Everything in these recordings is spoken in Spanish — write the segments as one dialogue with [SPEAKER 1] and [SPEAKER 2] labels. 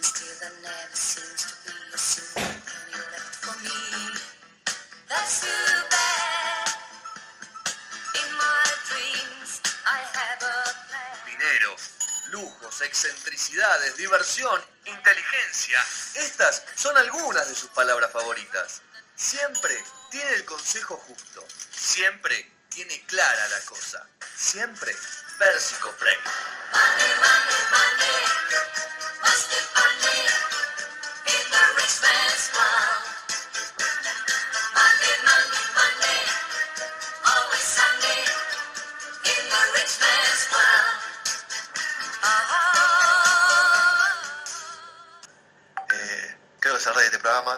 [SPEAKER 1] still there never seems to be a single penny left for me. That's too bad. In my dreams, I have a plan.
[SPEAKER 2] Dinero, lujos, excentricidades, diversión, inteligencia. Estas son algunas de sus palabras favoritas. Siempre tiene el consejo justo. Siempre tiene clara la cosa. Siempre Pérsico Prem.
[SPEAKER 1] Money, money, money. Must be money in the rich man's world. Money, money, money. Always sunny in the rich man's world. Oh.
[SPEAKER 3] Eh, creo que cerré este programa.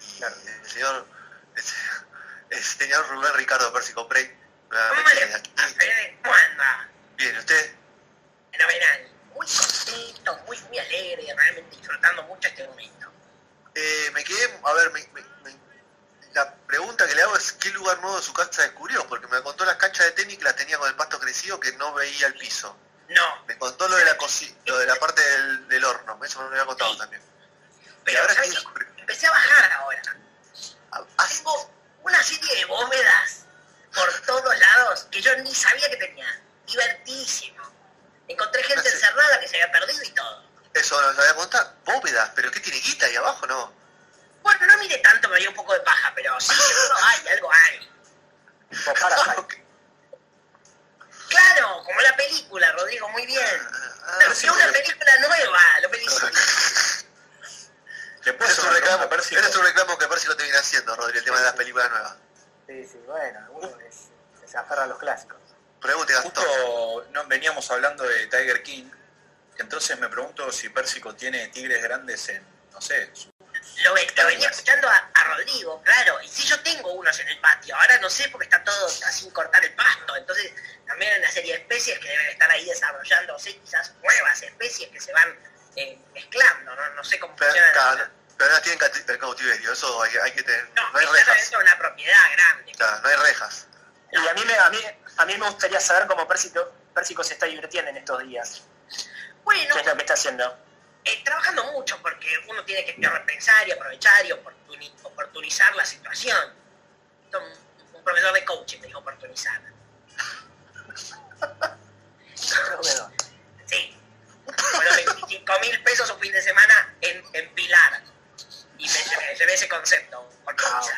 [SPEAKER 3] Y el señor, el señor, el señor Rubén Ricardo Pérsico Prey.
[SPEAKER 4] ¿Cómo
[SPEAKER 3] nuevamente
[SPEAKER 4] le
[SPEAKER 3] desde
[SPEAKER 4] va,
[SPEAKER 3] aquí.
[SPEAKER 4] Fede? ¿Cómo anda?
[SPEAKER 3] Bien, ¿y usted?
[SPEAKER 4] Fenomenal. Muy contento, muy, muy alegre, realmente disfrutando mucho este momento.
[SPEAKER 3] Eh, me quedé, a ver, me- me- me- la pregunta que le hago es qué lugar nuevo de su casa descubrió, porque me contó las canchas de tenis que las tenía con el pasto crecido que no veía el piso.
[SPEAKER 4] No,
[SPEAKER 3] Me contó lo de la cosi- lo de la parte del, del horno, eso me lo había contado también.
[SPEAKER 4] pero
[SPEAKER 3] ahora
[SPEAKER 4] ¿sabes
[SPEAKER 3] sí.
[SPEAKER 4] qué? empecé a bajar ahora.
[SPEAKER 3] Ah, ah,
[SPEAKER 4] Tengo una serie de bóvedas por todos lados que yo ni sabía que tenía. Divertísimo. Encontré gente
[SPEAKER 3] Ah, sí.
[SPEAKER 4] encerrada que se había perdido y todo.
[SPEAKER 3] eso no lo había contado. Bóvedas, pero ¿qué tiene guita ahí abajo, no?
[SPEAKER 4] Bueno, no miré tanto, me dio un poco de paja, pero sí, seguro hay, algo hay.
[SPEAKER 3] Ah, Ok.
[SPEAKER 4] Claro, como la película, Rodrigo, muy bien.
[SPEAKER 3] Ah,
[SPEAKER 4] Pero
[SPEAKER 3] sí,
[SPEAKER 4] si es una
[SPEAKER 3] porque-
[SPEAKER 4] película nueva, lo felicito.
[SPEAKER 5] ¿Le puedo
[SPEAKER 3] Eres
[SPEAKER 5] hacer
[SPEAKER 3] un,
[SPEAKER 5] una
[SPEAKER 3] reclamo,
[SPEAKER 5] pregunta, Pérsico?
[SPEAKER 3] eres un reclamo que Pérsico te viene haciendo, Rodri, el tema de las películas nuevas.
[SPEAKER 6] Sí, sí, bueno, uno es- se aferra a los clásicos.
[SPEAKER 3] Pregunte, Gastón.
[SPEAKER 5] Justo no, veníamos hablando de Tiger King, entonces me pregunto si Pérsico tiene tigres grandes en, no sé, su-
[SPEAKER 4] Lo, ve- lo venía escuchando a, a Rodrigo, claro. Y si yo tengo unos en el patio, ahora no sé porque está todo está sin cortar el pasto. Entonces también hay una serie de especies que deben estar ahí desarrollándose, quizás nuevas especies que se van eh, mezclando, ¿no? No sé cómo
[SPEAKER 3] Pero,
[SPEAKER 4] funciona. la-
[SPEAKER 3] claro, pero no las tienen cauti- en cautiverio, eso hay, hay que tener.
[SPEAKER 4] no,
[SPEAKER 3] No, hay
[SPEAKER 4] están
[SPEAKER 3] rejas.
[SPEAKER 4] dentro de una propiedad grande.
[SPEAKER 3] Claro, no hay rejas.
[SPEAKER 6] Y a mí me, a mí, a mí me gustaría saber cómo Pérsico, Pérsico se está divirtiendo en estos días.
[SPEAKER 4] Bueno,
[SPEAKER 6] ¿Qué es lo que está haciendo?
[SPEAKER 4] eh, trabajando mucho porque uno tiene que repensar y aprovechar y oportuni- oportunizar la situación. Esto un- Un profesor de coaching me dijo oportunizar.
[SPEAKER 6] Proveedor.
[SPEAKER 4] Sí. Bueno, 25 mil pesos un fin de semana en, en Pilar. Y me llevé, llevé ese concepto. Porque,
[SPEAKER 6] Ah, ok.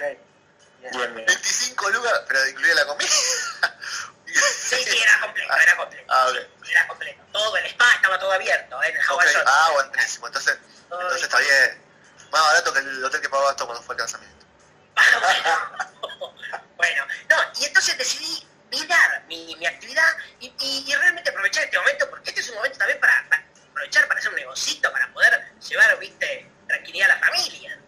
[SPEAKER 6] Bien.
[SPEAKER 5] Bien, bien.
[SPEAKER 3] 25 lucas, pero incluida la comida.
[SPEAKER 4] Sí, sí, era completo, era completo.
[SPEAKER 3] Ah, ok.
[SPEAKER 4] sí, era completo. Todo el spa estaba todo abierto, ¿eh? en el
[SPEAKER 3] Ok,
[SPEAKER 4] Hawaiian Shore.
[SPEAKER 3] Ah, buenísimo. Entonces,
[SPEAKER 4] Todo
[SPEAKER 3] entonces está bien. Más barato que el hotel que pagó Gastón cuando fue al casamiento.
[SPEAKER 4] bueno, Bueno, no, y entonces decidí mirar mi, mi actividad y, y- y realmente aprovechar este momento, porque este es un momento también para, para aprovechar, para hacer un negocito, para poder llevar, viste, tranquilidad a la familia,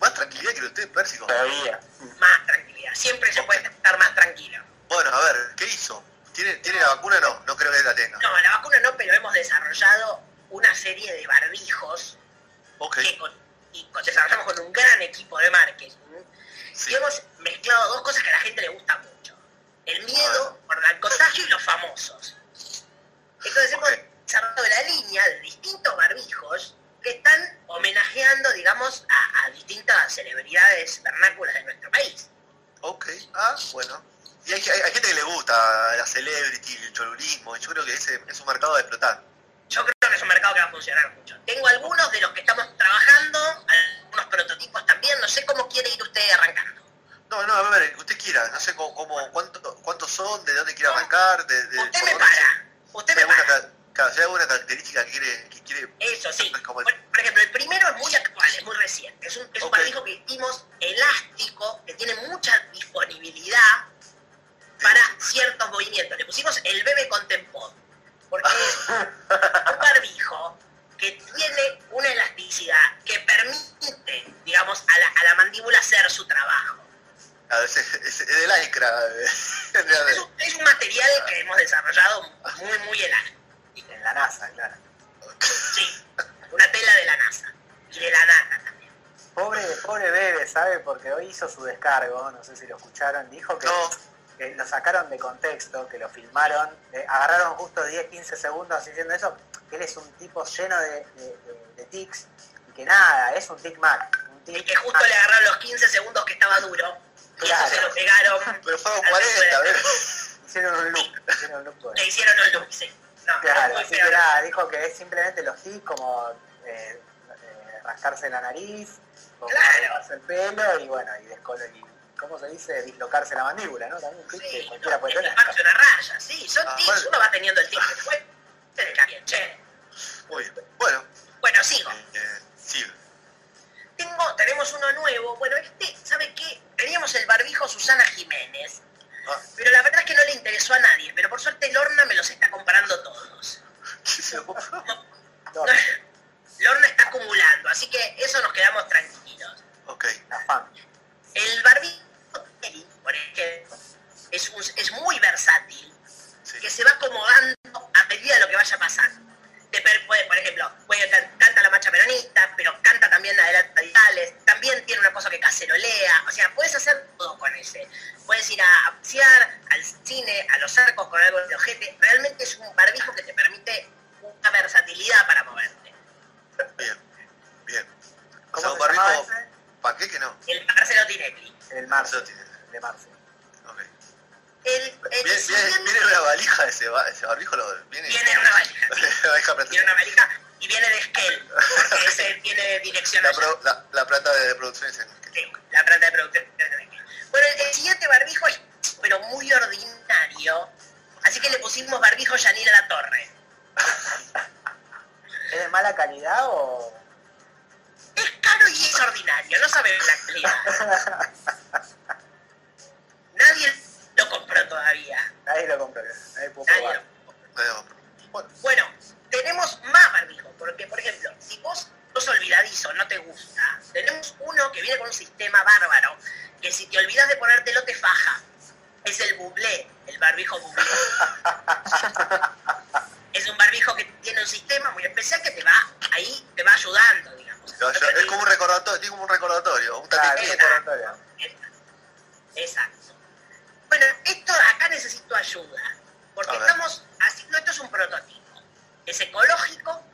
[SPEAKER 3] Más tranquilidad que usted, Pérsico.
[SPEAKER 6] Todavía.
[SPEAKER 4] más tranquilidad, siempre se puede estar más tranquilo.
[SPEAKER 3] Bueno, a ver, ¿qué hizo? ¿Tiene, ¿tiene la vacuna o no? No creo que la tenga.
[SPEAKER 4] No, la vacuna no, pero hemos desarrollado una serie de barbijos
[SPEAKER 3] Ok,
[SPEAKER 4] que con- y con- desarrollamos con un gran equipo de marketing.
[SPEAKER 3] sí.
[SPEAKER 4] Y hemos mezclado dos cosas que a la gente le gusta mucho. El miedo por el contagio y los famosos. Entonces hemos
[SPEAKER 3] Ok.
[SPEAKER 4] desarrollado la línea de distintos barbijos que están homenajeando, digamos, a, a distintas celebridades vernáculas de nuestro país.
[SPEAKER 3] Ok, ah, bueno. Y hay, hay- hay gente que le gusta la celebrity, el cholulismo, y yo creo que ese es un mercado de explotar.
[SPEAKER 4] Yo creo que es un mercado que va a funcionar mucho. Tengo algunos de los que estamos trabajando, algunos prototipos también, no sé cómo quiere ir usted arrancando.
[SPEAKER 3] No, no, a ver, el que usted quiera, no sé cómo, cómo- cuánto, cuántos son, de dónde quiere arrancar, de, de
[SPEAKER 4] Usted
[SPEAKER 3] Eh, por
[SPEAKER 4] me
[SPEAKER 3] dónde
[SPEAKER 4] para,
[SPEAKER 3] se-
[SPEAKER 4] usted
[SPEAKER 3] si
[SPEAKER 4] me
[SPEAKER 3] hay alguna,
[SPEAKER 4] para.
[SPEAKER 3] ca- claro, si hay alguna característica que quiere, que quiere
[SPEAKER 4] Eso sí.
[SPEAKER 3] Es como el-
[SPEAKER 4] Por, por ejemplo, el primero es muy actual, es muy reciente. Es un, es un
[SPEAKER 3] Ok.
[SPEAKER 4] barbijo que hicimos elástico, que tiene mucha disponibilidad para ciertos movimientos. Le pusimos el bebé contempod, porque es un barbijo que tiene una elasticidad que permite, digamos, a la, a la mandíbula hacer su trabajo.
[SPEAKER 3] a veces es, es de lycra, de-
[SPEAKER 4] Es un, es un material que hemos desarrollado muy, muy elástico.
[SPEAKER 6] En la NASA, claro.
[SPEAKER 4] Sí, una tela de la NASA y de la nata también.
[SPEAKER 6] Pobre, pobre bebé, ¿sabe? Porque hoy hizo su descargo, no sé si lo escucharon, dijo que
[SPEAKER 3] No,
[SPEAKER 7] que lo sacaron de contexto, que lo filmaron, eh, agarraron justo 10, 15 segundos diciendo eso, que él es un tipo lleno de, de- de- de tics y que nada, es un tic mac. Un tic
[SPEAKER 4] Y que justo
[SPEAKER 7] mac.
[SPEAKER 4] le agarraron los 15 segundos que estaba duro. Y eso
[SPEAKER 7] Claro.
[SPEAKER 4] se lo pegaron,
[SPEAKER 3] Pero fueron 40, a ver.
[SPEAKER 7] Hicieron un loop, hicieron un loop con
[SPEAKER 4] le
[SPEAKER 7] él.
[SPEAKER 4] hicieron el look, sí. No,
[SPEAKER 7] Claro,
[SPEAKER 4] muy
[SPEAKER 7] así
[SPEAKER 4] feo.
[SPEAKER 7] que nada, dijo que es simplemente los tics como eh, eh, rascarse la nariz, como
[SPEAKER 4] Claro.
[SPEAKER 7] rascarse el pelo y bueno, y descolo- y ¿Cómo se dice? Dislocarse la mandíbula, ¿no? También un tic que
[SPEAKER 4] Sí,
[SPEAKER 7] cualquiera puede
[SPEAKER 4] no,
[SPEAKER 7] tener.
[SPEAKER 4] marca una raya, sí, son
[SPEAKER 3] Ah,
[SPEAKER 4] tics,
[SPEAKER 3] bueno.
[SPEAKER 4] uno va teniendo el tic después. Se le cambia, che.
[SPEAKER 3] Muy bien. Bueno,
[SPEAKER 4] Bueno, sigo.
[SPEAKER 3] eh, sigue.
[SPEAKER 4] Tengo, tenemos uno nuevo. Bueno, este, ¿sabe qué? Teníamos el barbijo Susana Jiménez.
[SPEAKER 3] Ah.
[SPEAKER 4] Pero la verdad es que no le interesó a nadie. Pero por suerte Lorna me los está comprando todos.
[SPEAKER 3] ¿Qué se lo compró?
[SPEAKER 7] Dorme,
[SPEAKER 4] Lorna está acumulando, así que eso nos quedamos tranquilos.
[SPEAKER 3] Ok.
[SPEAKER 7] la fan.
[SPEAKER 4] El barbijo Teddy, por ejemplo, es, un- es muy versátil,
[SPEAKER 3] Sí.
[SPEAKER 4] que se va acomodando a medida de lo que vaya pasando. De per- puede, por ejemplo, puede can- canta la marcha peronista, pero canta también la de las radicales, también tiene una cosa que cacerolea, o sea, puedes hacer todo con ese. Puedes ir a pasear, al cine, a los arcos con algo de ojete. Realmente es un barbijo que te permite una versatilidad para moverte.
[SPEAKER 3] Bien. Bien. O
[SPEAKER 7] ¿Cómo
[SPEAKER 3] sea,
[SPEAKER 7] se
[SPEAKER 3] un barbijo.
[SPEAKER 7] llamaba ese?
[SPEAKER 3] ¿Para qué que no?
[SPEAKER 4] El Marcelo Tinelli.
[SPEAKER 7] El
[SPEAKER 3] Eso
[SPEAKER 7] Marcel,
[SPEAKER 3] tiene.
[SPEAKER 7] de Marcel.
[SPEAKER 3] Ok.
[SPEAKER 4] El, el-
[SPEAKER 3] Viene, viene,
[SPEAKER 4] siguiente-
[SPEAKER 3] viene en una valija ese, ba- ese barbijo. Lo, viene,
[SPEAKER 4] Viene en una valija, sí.
[SPEAKER 3] la valija plata.
[SPEAKER 4] tiene una valija y viene de Esquel, porque ese tiene dirección
[SPEAKER 3] La,
[SPEAKER 4] allá.
[SPEAKER 3] pro- la, la plata de producción es en
[SPEAKER 4] Sí, la planta de producción. Bueno, el siguiente barbijo es pero muy ordinario, así que le pusimos barbijo Yanira La Torre.
[SPEAKER 7] ¿Es de mala calidad o...?
[SPEAKER 4] Es caro y es ordinario, no sabemos la calidad. Nadie lo compró todavía.
[SPEAKER 7] Nadie lo compró, nadie pudo
[SPEAKER 4] Nadie
[SPEAKER 7] probar.
[SPEAKER 4] lo
[SPEAKER 3] Nadie lo compró. Bueno,
[SPEAKER 4] Bueno, tenemos más barbijos, porque por ejemplo, si vos sos olvidadizo, no te gusta, tenemos uno que viene con un sistema bárbaro, que si te olvidas de ponértelo te faja. Es el bublé, el barbijo bublé. es un barbijo que tiene un sistema muy especial que te va ahí, te va ayudando, digamos.
[SPEAKER 3] yo- yo- es como un recordatorio, tiene como un recordatorio, un
[SPEAKER 7] Claro,
[SPEAKER 3] tapiquín.
[SPEAKER 7] es
[SPEAKER 4] Claro.
[SPEAKER 7] recordatorio.
[SPEAKER 4] Exacto. Bueno, esto acá necesito ayuda, porque
[SPEAKER 3] A ver.
[SPEAKER 4] estamos haciendo, esto es un prototipo, es ecológico,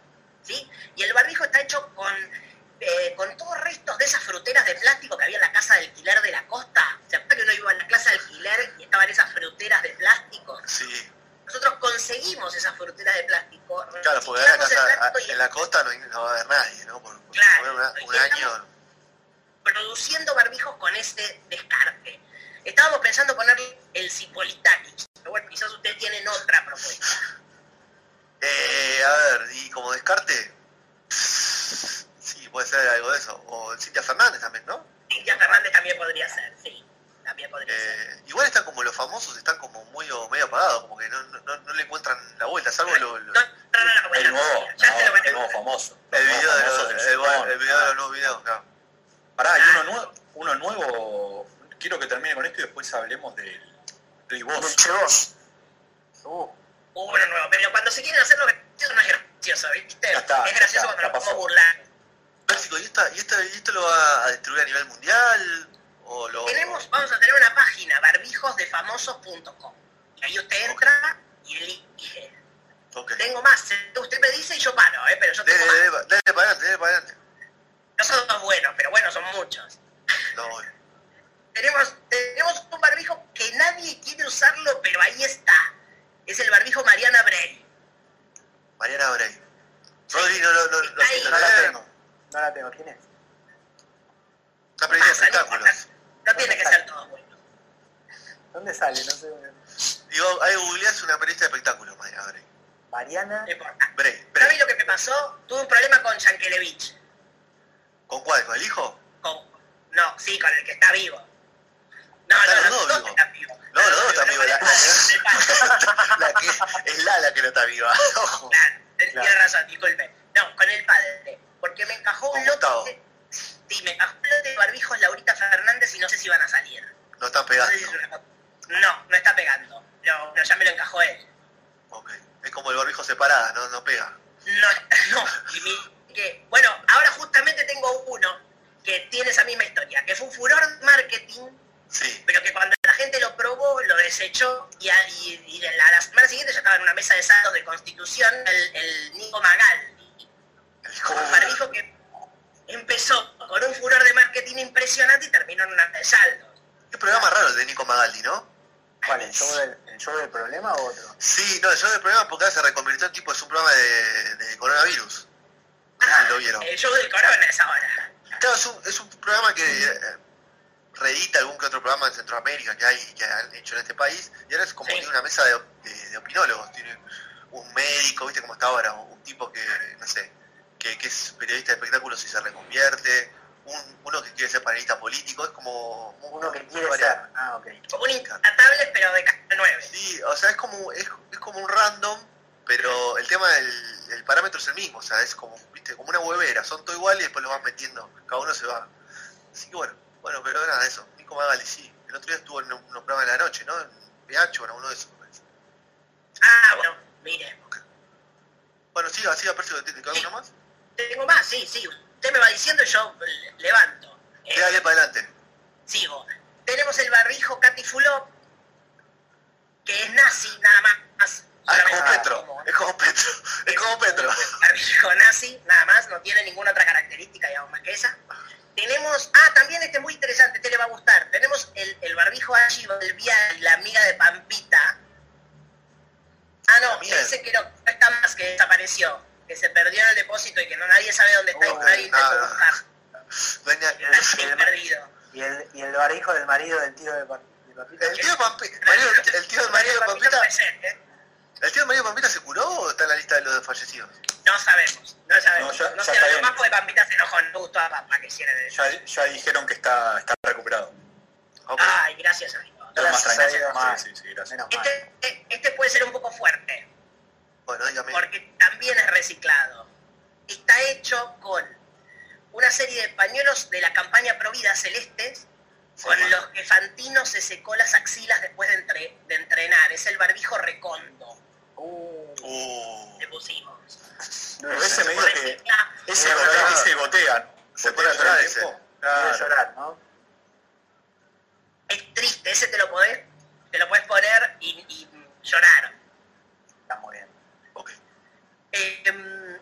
[SPEAKER 4] ¿sí? Y el barbijo está hecho con, eh, con todos restos de esas fruteras de plástico que había en la casa de alquiler de la costa. ¿Se acuerdan que uno iba a la casa de alquiler y estaban esas fruteras de plástico?
[SPEAKER 3] Sí,
[SPEAKER 4] Nosotros conseguimos esas fruteras de plástico.
[SPEAKER 3] claro, porque ahora
[SPEAKER 4] reciclamos el
[SPEAKER 3] acá,
[SPEAKER 4] plástico y
[SPEAKER 3] en la costa no, hay- no va a haber nadie, ¿no? Por, por
[SPEAKER 4] Claro,
[SPEAKER 3] por una- un
[SPEAKER 4] y estamos-
[SPEAKER 3] año.
[SPEAKER 4] produciendo barbijos con ese descarte. Estábamos pensando ponerle el Cipolitanic, pero bueno, quizás ustedes tienen otra propuesta.
[SPEAKER 3] Eh, a ver, y como descarte, sí, puede ser algo de eso. O Cintia Fernández también, ¿no?
[SPEAKER 4] Cintia Fernández también podría ser, sí, también podría ser.
[SPEAKER 3] Eh, igual están como los famosos, están como muy o medio apagados, como que no, no- no, no le encuentran la vuelta, salvo lo- lo-
[SPEAKER 4] No, no, no, no,
[SPEAKER 5] El
[SPEAKER 4] bueno,
[SPEAKER 5] nuevo,
[SPEAKER 4] ya
[SPEAKER 5] no,
[SPEAKER 4] se lo van a
[SPEAKER 5] el nuevo famoso. Los
[SPEAKER 3] el
[SPEAKER 5] nuevos
[SPEAKER 3] video de
[SPEAKER 5] famosos
[SPEAKER 3] los,
[SPEAKER 5] del
[SPEAKER 3] el,
[SPEAKER 5] sitcom.
[SPEAKER 3] el video de los nuevos videos, claro.
[SPEAKER 5] Pará, hay uno, nue- uno nuevo. Quiero que termine con esto y después hablemos del Ribos.
[SPEAKER 6] Che, vos.
[SPEAKER 7] Uh,
[SPEAKER 4] uno nuevo, pero cuando se quieren hacer los graciosos no es gracioso, ¿viste?
[SPEAKER 5] Ya está,
[SPEAKER 4] es
[SPEAKER 5] ya
[SPEAKER 4] gracioso
[SPEAKER 5] está,
[SPEAKER 4] cuando
[SPEAKER 5] ya
[SPEAKER 4] nos podemos
[SPEAKER 5] pasó.
[SPEAKER 4] burlar.
[SPEAKER 3] Pérsico, ¿y, esta, y, esta- y esto lo va a distribuir a nivel mundial? ¿O lo.?
[SPEAKER 4] Tenemos, vamos a tener una página, barbijosdefamosos.com. Y ahí usted entra y elige.
[SPEAKER 3] Ok.
[SPEAKER 4] Tengo más, ¿eh? usted me dice y yo paro, ¿eh? pero yo
[SPEAKER 3] Dele,
[SPEAKER 4] tengo más.
[SPEAKER 3] dele, pa- dele para adelante, dele para adelante.
[SPEAKER 4] No son dos buenos, pero bueno, son muchos.
[SPEAKER 3] No,
[SPEAKER 4] tenemos, tenemos un barbijo que nadie quiere usarlo, pero ahí está. Es el barbijo Mariana Bray.
[SPEAKER 3] Mariana Bray. Rodri, no, no, no, no,
[SPEAKER 4] Ahí.
[SPEAKER 3] no
[SPEAKER 7] no la
[SPEAKER 3] la
[SPEAKER 7] tengo, no la tengo. ¿Quién es?
[SPEAKER 3] Está perdiendo
[SPEAKER 4] Pasa, no importa.
[SPEAKER 3] espectáculos.
[SPEAKER 4] No tiene que ser todo bueno.
[SPEAKER 7] ¿Dónde sale? No sé.
[SPEAKER 3] Digo, ahí googleás una periodista de espectáculos, Mariana Bray.
[SPEAKER 7] Mariana,
[SPEAKER 4] No importa.
[SPEAKER 3] Bray,
[SPEAKER 4] ¿Sabés
[SPEAKER 3] Bray.
[SPEAKER 4] lo que me pasó? Tuve un problema con Yankelevich.
[SPEAKER 3] ¿Con cuál? ¿Con el hijo?
[SPEAKER 4] Con, no, sí, con el que está vivo. No,
[SPEAKER 3] Están
[SPEAKER 4] no,
[SPEAKER 3] los
[SPEAKER 4] no,
[SPEAKER 3] dos
[SPEAKER 4] los dos
[SPEAKER 3] vivos.
[SPEAKER 4] están vivos.
[SPEAKER 3] No, los dos están
[SPEAKER 4] No,
[SPEAKER 3] vivos, la-
[SPEAKER 4] no, no,
[SPEAKER 3] La que, es la la que no está viva. Ojo.
[SPEAKER 4] Claro, tiene
[SPEAKER 7] Claro.
[SPEAKER 4] razón, disculpe. No, con el padre. Porque me encajó
[SPEAKER 3] Con
[SPEAKER 4] un lote.
[SPEAKER 3] Gustavo.
[SPEAKER 4] de- Sí, me encajó un lote de barbijos Laurita Fernández y no sé si van a salir.
[SPEAKER 3] No están
[SPEAKER 4] No,
[SPEAKER 3] pegando.
[SPEAKER 4] sé si es una cosa- no, no está pegando. No, no, ya me lo encajó él.
[SPEAKER 3] Ok. Es como el barbijo separada, no, no pega.
[SPEAKER 4] No, no. Y mi- que, bueno, ahora justamente tengo uno que tiene esa misma historia, que fue un furor de marketing,
[SPEAKER 3] Sí.
[SPEAKER 4] pero que cuando la gente lo probó, lo, des- desechó y, a, y- y de la, a la semana siguiente ya estaba en una mesa de santos de constitución el, el Nico Magaldi.
[SPEAKER 3] Ah.
[SPEAKER 4] Un barbijo que empezó con un furor de marketing impresionante y terminó en una mesa de saldo.
[SPEAKER 3] Qué programa raro el de Nico Magaldi, ¿no?
[SPEAKER 7] ¿Cuál? ¿El show del, el show del problema o otro?
[SPEAKER 3] Sí, no, yo del programa porque ahora se reconvirtió en tipo, es un programa de, de coronavirus. Ah, lo
[SPEAKER 7] eh,
[SPEAKER 3] vieron.
[SPEAKER 4] El Eh, show del corona es ahora.
[SPEAKER 3] Claro, es un, es un programa que eh, reedita algún que otro programa en Centroamérica que hay que han hecho en este país y ahora es como
[SPEAKER 4] Sí.
[SPEAKER 3] tiene una mesa de, op- de- de opinólogos, tiene un médico, viste cómo está ahora, un tipo que, no sé, que, que es periodista de espectáculos y se reconvierte, un- uno que quiere ser panelista político, es como muy-
[SPEAKER 7] Uno que
[SPEAKER 3] muy
[SPEAKER 7] quiere
[SPEAKER 3] variado.
[SPEAKER 7] ser. Ah, ok.
[SPEAKER 4] Como un intratable pero de canal 9.
[SPEAKER 3] Sí, o sea, es como, es, es como un random, pero el tema del el parámetro es el mismo, o sea, es como, viste, como una huevera, son todos iguales y después lo van metiendo, cada uno se va. Así que bueno, bueno, pero nada, eso, Nico Magali, sí, el otro día estuvo en un- unos programas de la noche, ¿no? En PH o en alguno de esos. me parece.
[SPEAKER 4] Ah, bueno, mire.
[SPEAKER 3] Bueno, siga, siga, Percio, ¿te, te quedó alguno más?
[SPEAKER 4] Tengo más, sí, sí. Usted me va diciendo y yo le- levanto. Eh,
[SPEAKER 3] Dale, dale para adelante.
[SPEAKER 4] Sigo. Tenemos el barbijo Katy Fulop, que es nazi, nada más.
[SPEAKER 3] Ah, es como
[SPEAKER 4] Solamente
[SPEAKER 3] Petro, es como Petro, es como Petro.
[SPEAKER 4] barbijo nazi, nada más, no tiene ninguna otra característica, digamos, más que esa. Tenemos, ah, también este muy interesante, este le va a gustar. Tenemos el, el barbijo Angie Valvial, la amiga de Pampita. Ah, no,
[SPEAKER 3] Amiga
[SPEAKER 4] me
[SPEAKER 3] de-
[SPEAKER 4] dice que no, no está más, que desapareció, que se perdió en el depósito y que no nadie sabe dónde está y
[SPEAKER 3] Oh,
[SPEAKER 4] nadie intentó
[SPEAKER 3] nada.
[SPEAKER 4] buscar.
[SPEAKER 3] No hay nada-
[SPEAKER 4] Está bien perdido.
[SPEAKER 7] Y el, y el barbijo del marido del tío de, Pap- de Papito.
[SPEAKER 3] El tío de Pampita, Mario- el tío de Mario de Pampita,
[SPEAKER 4] presente.
[SPEAKER 3] ¿el tío de Mario de Pampita se curó o está en la lista de los fallecidos?
[SPEAKER 4] No sabemos, no sabemos.
[SPEAKER 5] No,
[SPEAKER 4] No,
[SPEAKER 5] ya- ya
[SPEAKER 4] se
[SPEAKER 5] está
[SPEAKER 4] habló
[SPEAKER 5] bien.
[SPEAKER 4] más porque Pampita se enojó, no gustó a Pampa que hiciera de eso.
[SPEAKER 5] Ya, ya dijeron que está, está recuperado.
[SPEAKER 3] Ok.
[SPEAKER 4] Ay, gracias a Dios.
[SPEAKER 5] Está más
[SPEAKER 7] Gracias a
[SPEAKER 5] tranquilo.
[SPEAKER 7] Dios.
[SPEAKER 5] Sí, sí, sí, gracias.
[SPEAKER 7] Menos mal.
[SPEAKER 4] Este, este- este puede ser un poco fuerte,
[SPEAKER 3] Bueno, dígame.
[SPEAKER 4] porque también es reciclado. Está hecho con una serie de pañuelos de la campaña Provida Celestes, con
[SPEAKER 3] Sí,
[SPEAKER 4] los que Fantino se secó las axilas después de, entre- de entrenar. Es el barbijo recondo,
[SPEAKER 3] Uh,
[SPEAKER 4] le pusimos.
[SPEAKER 5] Pero ese me dijo que
[SPEAKER 4] Recicla-
[SPEAKER 5] ese
[SPEAKER 3] Bueno,
[SPEAKER 5] gotea,
[SPEAKER 3] claro.
[SPEAKER 5] ese gotea.
[SPEAKER 3] Se
[SPEAKER 5] Gotea
[SPEAKER 3] pone a
[SPEAKER 5] todo
[SPEAKER 3] llorar
[SPEAKER 5] el
[SPEAKER 3] ese.
[SPEAKER 5] tiempo.
[SPEAKER 7] Quiere
[SPEAKER 5] Claro.
[SPEAKER 7] llorar, ¿no?
[SPEAKER 4] Es triste, ese te lo podés, te lo podés poner y- y llorar.
[SPEAKER 7] Está muy bien.
[SPEAKER 3] ok.
[SPEAKER 4] Eh, em,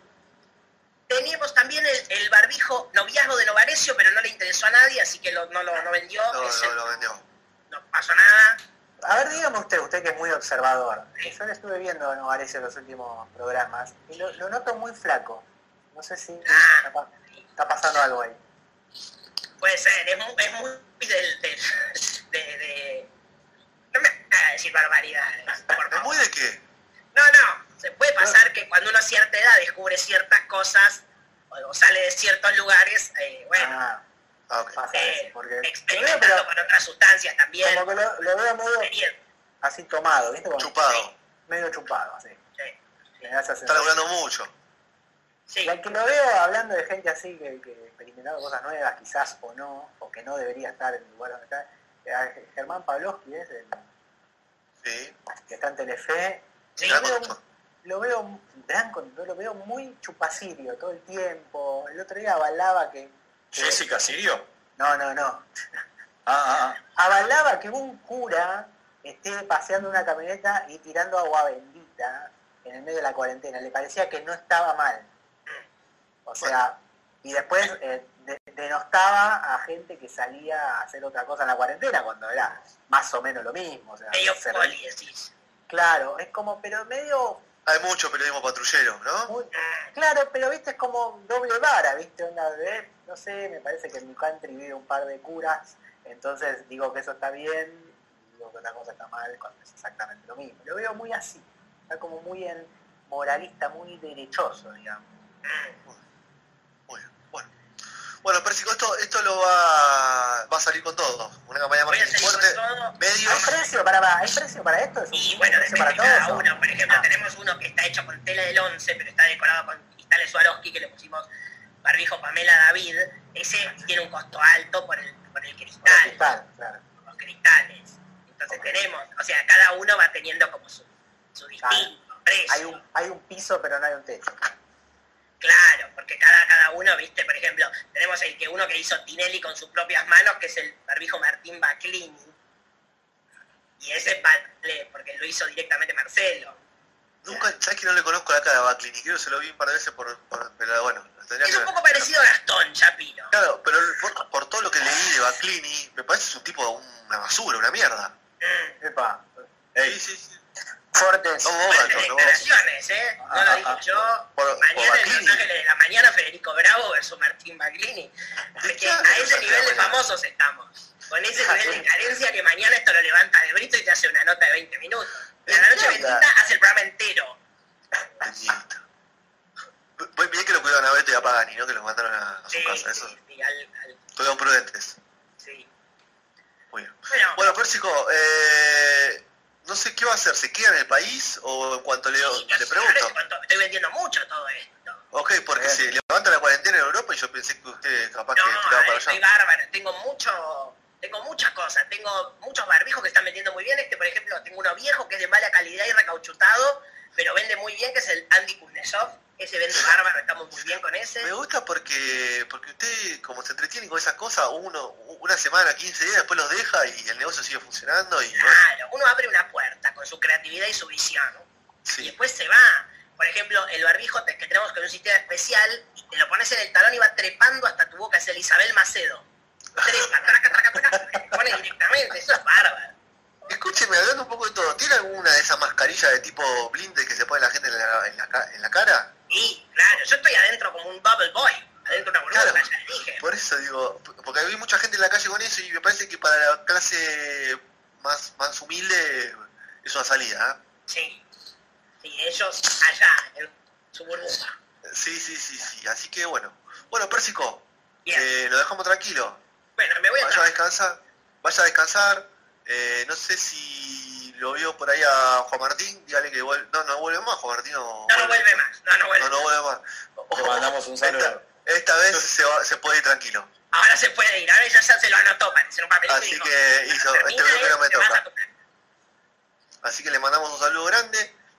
[SPEAKER 4] teníamos también el, el barbijo noviazgo de Novarecio, pero no le interesó a nadie, así que lo- no lo no vendió.
[SPEAKER 3] No,
[SPEAKER 4] es
[SPEAKER 3] no,
[SPEAKER 4] el-
[SPEAKER 3] lo vendió.
[SPEAKER 4] no pasó nada.
[SPEAKER 7] A ver, dígame usted, usted que es muy observador. que Yo le estuve viendo a Novarecio en los últimos programas y lo, lo noto muy flaco. No sé si está, pa- está pasando algo ahí.
[SPEAKER 4] Puede ser, es muy, es muy del... del- de, de- no me hagas decir barbaridades, por
[SPEAKER 3] ¿Es muy
[SPEAKER 4] favor.
[SPEAKER 3] de qué?
[SPEAKER 4] No, no, se puede pasar que cuando uno a cierta edad descubre ciertas cosas o, o sale de ciertos lugares, eh, bueno,
[SPEAKER 7] Ah,
[SPEAKER 3] Ah, ok.
[SPEAKER 7] pasa
[SPEAKER 4] eh,
[SPEAKER 7] eso. Porque lo veo,
[SPEAKER 4] experimentando
[SPEAKER 7] pero
[SPEAKER 4] con otras sustancias también.
[SPEAKER 7] como que lo, lo veo medio
[SPEAKER 4] experiencia,
[SPEAKER 7] así tomado, ¿viste? Como
[SPEAKER 3] Chupado.
[SPEAKER 7] Medio chupado, así.
[SPEAKER 4] eh.
[SPEAKER 7] Me da esa
[SPEAKER 3] Está
[SPEAKER 7] sensación.
[SPEAKER 3] laburando mucho.
[SPEAKER 4] Sí.
[SPEAKER 7] Y al que lo veo hablando de gente así que, que experimentado cosas nuevas, quizás o no, o que no debería estar en el lugar donde está, eh, Germán Pavlovsky es el
[SPEAKER 3] Sí.
[SPEAKER 7] que está en Telefe.
[SPEAKER 4] Sí,
[SPEAKER 7] lo,
[SPEAKER 3] gran
[SPEAKER 7] veo,
[SPEAKER 3] conductor.
[SPEAKER 7] lo veo gran conductor, lo veo muy chupacirio todo el tiempo. El otro día avalaba que. que-
[SPEAKER 5] Jessica Sirio.
[SPEAKER 7] No, no, no.
[SPEAKER 5] Ah, ah, ah.
[SPEAKER 7] Avalaba que un cura esté paseando una camioneta y tirando agua bendita en el medio de la cuarentena. Le parecía que no estaba mal. O sea, y después eh, de- denostaba a gente que salía a hacer otra cosa en la cuarentena cuando era más o menos lo mismo. O sea,
[SPEAKER 4] medio
[SPEAKER 7] se-
[SPEAKER 4] poli, decís.
[SPEAKER 7] claro, es como, pero medio
[SPEAKER 3] Hay mucho periodismo patrullero, ¿no?
[SPEAKER 7] Muy-
[SPEAKER 4] Ah,
[SPEAKER 7] claro, pero viste, es como doble vara, viste, una de, no sé, me parece que en mi country vive un par de curas, entonces digo que eso está bien, digo que otra cosa está mal, cuando es exactamente lo mismo. Lo veo muy así, está como muy en moralista, muy derechoso, digamos.
[SPEAKER 4] ah.
[SPEAKER 3] Muy bien. Bueno. Bueno, Persico, esto, esto lo va, va a salir con todo. Una campaña
[SPEAKER 4] Voy a
[SPEAKER 3] más
[SPEAKER 4] seguir con
[SPEAKER 3] fuerte.
[SPEAKER 4] todo.
[SPEAKER 3] Medios.
[SPEAKER 7] ¿Hay precio para, para- ¿hay precio para esto? ¿Es un-
[SPEAKER 4] Y
[SPEAKER 7] un
[SPEAKER 4] bueno,
[SPEAKER 7] precio
[SPEAKER 4] depende de cada
[SPEAKER 7] todos, o?
[SPEAKER 4] uno. Por ejemplo,
[SPEAKER 7] Ah,
[SPEAKER 4] tenemos uno que está hecho con tela del 11, pero está decorado con cristales Swarovski, que le pusimos barbijo Pamela David. Ese tiene un costo alto por el, por el
[SPEAKER 7] por el
[SPEAKER 4] cristal,
[SPEAKER 7] cristal, claro.
[SPEAKER 4] por los cristales. Entonces tenemos, o sea, cada uno va teniendo como su, su distinto precio.
[SPEAKER 7] Hay un, hay un piso, pero no hay un techo.
[SPEAKER 4] Claro, porque cada, cada uno, viste, por ejemplo, tenemos el que uno que hizo Tinelli con sus propias manos, que es el barbijo Martín Baclini, Y ese vale, porque lo hizo directamente Marcelo.
[SPEAKER 3] Nunca, ¿sabes que no le conozco la cara a Baclin? Y creo que se lo vi un par de veces por, por- pero bueno, lo tendría
[SPEAKER 4] Es
[SPEAKER 3] que
[SPEAKER 4] un
[SPEAKER 3] ver.
[SPEAKER 4] poco parecido a Gastón Chapino.
[SPEAKER 3] Claro, pero por, por todo lo que leí de Baclini, me parece que es un tipo de una basura, una mierda.
[SPEAKER 7] Epa,
[SPEAKER 5] Ey,
[SPEAKER 3] sí, sí.
[SPEAKER 6] Fuertes.
[SPEAKER 3] No vos,
[SPEAKER 4] Fuertes
[SPEAKER 3] Gastón, no vos.
[SPEAKER 4] declaraciones, ¿eh? No lo dije yo.
[SPEAKER 3] Por, por
[SPEAKER 4] Mañana en Los
[SPEAKER 3] Baclini.
[SPEAKER 4] Ángeles de la Mañana, Federico Bravo versus Martín Baglini. Porque a ese nivel de famosos estamos. Con ese nivel de carencia que mañana esto lo levanta de brito y te hace una nota de 20 minutos. Y a la noche bendita hace el programa entero.
[SPEAKER 3] Bendito. Voy bien que lo cuidaron a Beto y a Pagani, ¿no? Que los mandaron a, a su
[SPEAKER 4] Sí,
[SPEAKER 3] casa, eso.
[SPEAKER 4] sí, sí, al, al-
[SPEAKER 3] Estuvieron prudentes.
[SPEAKER 4] sí.
[SPEAKER 3] Muy bien.
[SPEAKER 4] Bueno,
[SPEAKER 3] Bueno, Pérsico, eh, no sé qué va a hacer, ¿se queda en el país o en cuanto le,
[SPEAKER 4] sí, no
[SPEAKER 3] le
[SPEAKER 4] sé, ahora
[SPEAKER 3] pregunto?
[SPEAKER 4] te cuento, estoy vendiendo mucho todo esto.
[SPEAKER 3] Ok, porque se levanta la cuarentena en Europa y yo pensé que usted capaz que
[SPEAKER 4] No, eh,
[SPEAKER 3] tiraba para
[SPEAKER 4] estoy
[SPEAKER 3] allá.
[SPEAKER 4] bárbaro, tengo mucho, tengo muchas cosas, tengo muchos barbijos que están vendiendo muy bien, este por ejemplo, tengo uno viejo que es de mala calidad y recauchutado, pero vende muy bien, que es el Andy Kuznetsov, ese vende bárbaro, estamos muy bien con ese.
[SPEAKER 3] Me gusta porque porque usted, como se entretiene con esas cosas, uno una semana, 15 días, después los deja y el negocio sigue funcionando y bueno,
[SPEAKER 4] Claro, uno abre una puerta con su creatividad y su visión, ¿no? y
[SPEAKER 3] sí.
[SPEAKER 4] después se va. Por ejemplo, el barbijo te- que tenemos con un sistema especial, y te lo pones en el talón y va trepando hasta tu boca, es el Isabel Macedo. Trepa, traca, traca, traca, te lo pone directamente, eso es bárbaro.
[SPEAKER 3] Escúcheme, hablando un poco de todo, ¿tiene alguna de esas mascarillas de tipo blinde que se pone la gente en la, en la, ca- en la cara?
[SPEAKER 4] Y claro, yo estoy adentro como un bubble boy, adentro de una burbuja,
[SPEAKER 3] Claro.
[SPEAKER 4] ya les dije.
[SPEAKER 3] Por eso digo, porque vi mucha gente en la calle con eso y me parece que para la clase más, más humilde es una salida. ¿eh?
[SPEAKER 4] Sí. Sí, ellos allá, en su burbuja.
[SPEAKER 3] Sí, sí, sí, sí. Así que bueno. Bueno, Pérsico,
[SPEAKER 4] Bien.
[SPEAKER 3] eh, lo dejamos tranquilo.
[SPEAKER 4] Bueno, me voy a
[SPEAKER 3] Vaya a
[SPEAKER 4] trabajar.
[SPEAKER 3] descansar. Vaya a descansar. Eh, no sé si lo vio por ahí a Juan Martín. Dígale que vuelve. No, no vuelve más, Juan Martín. No,
[SPEAKER 4] No, no vuelve más, no, no vuelve.
[SPEAKER 3] No, no vuelve más.
[SPEAKER 5] Te mandamos un
[SPEAKER 3] Esta,
[SPEAKER 5] saludo.
[SPEAKER 3] esta vez se, va- se puede ir tranquilo.
[SPEAKER 4] Ahora se puede ir, ahora ya se lo anotó, parece en un papelito.
[SPEAKER 3] Así
[SPEAKER 4] y dijo,
[SPEAKER 3] que hizo-
[SPEAKER 4] "Termina
[SPEAKER 3] este bloque no me
[SPEAKER 4] te vas a
[SPEAKER 3] toca".
[SPEAKER 4] tu casa.
[SPEAKER 3] Así que le mandamos un saludo grande.